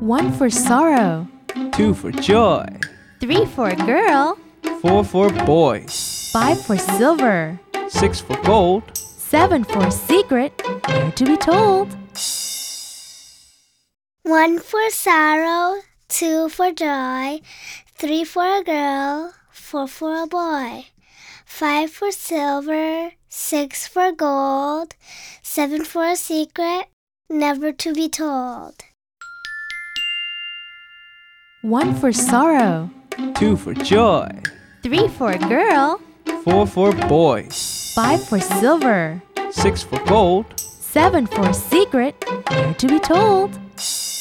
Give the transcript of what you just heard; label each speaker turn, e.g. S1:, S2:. S1: One for sorrow,
S2: two for joy,
S1: three for a girl,
S2: four for boys,
S1: five for silver,
S2: six for gold.
S1: seven for secret, ne'er to be told.
S3: One for sorrow, two for joy, three for a girl, four for a boy, five for silver, six for gold, seven for a secret, never to be told.
S1: One for sorrow,
S2: Two for joy,
S1: three for a girl,
S2: four for boys,
S1: five for silver,
S2: six for gold.
S1: seven for secret, ne'er to be told.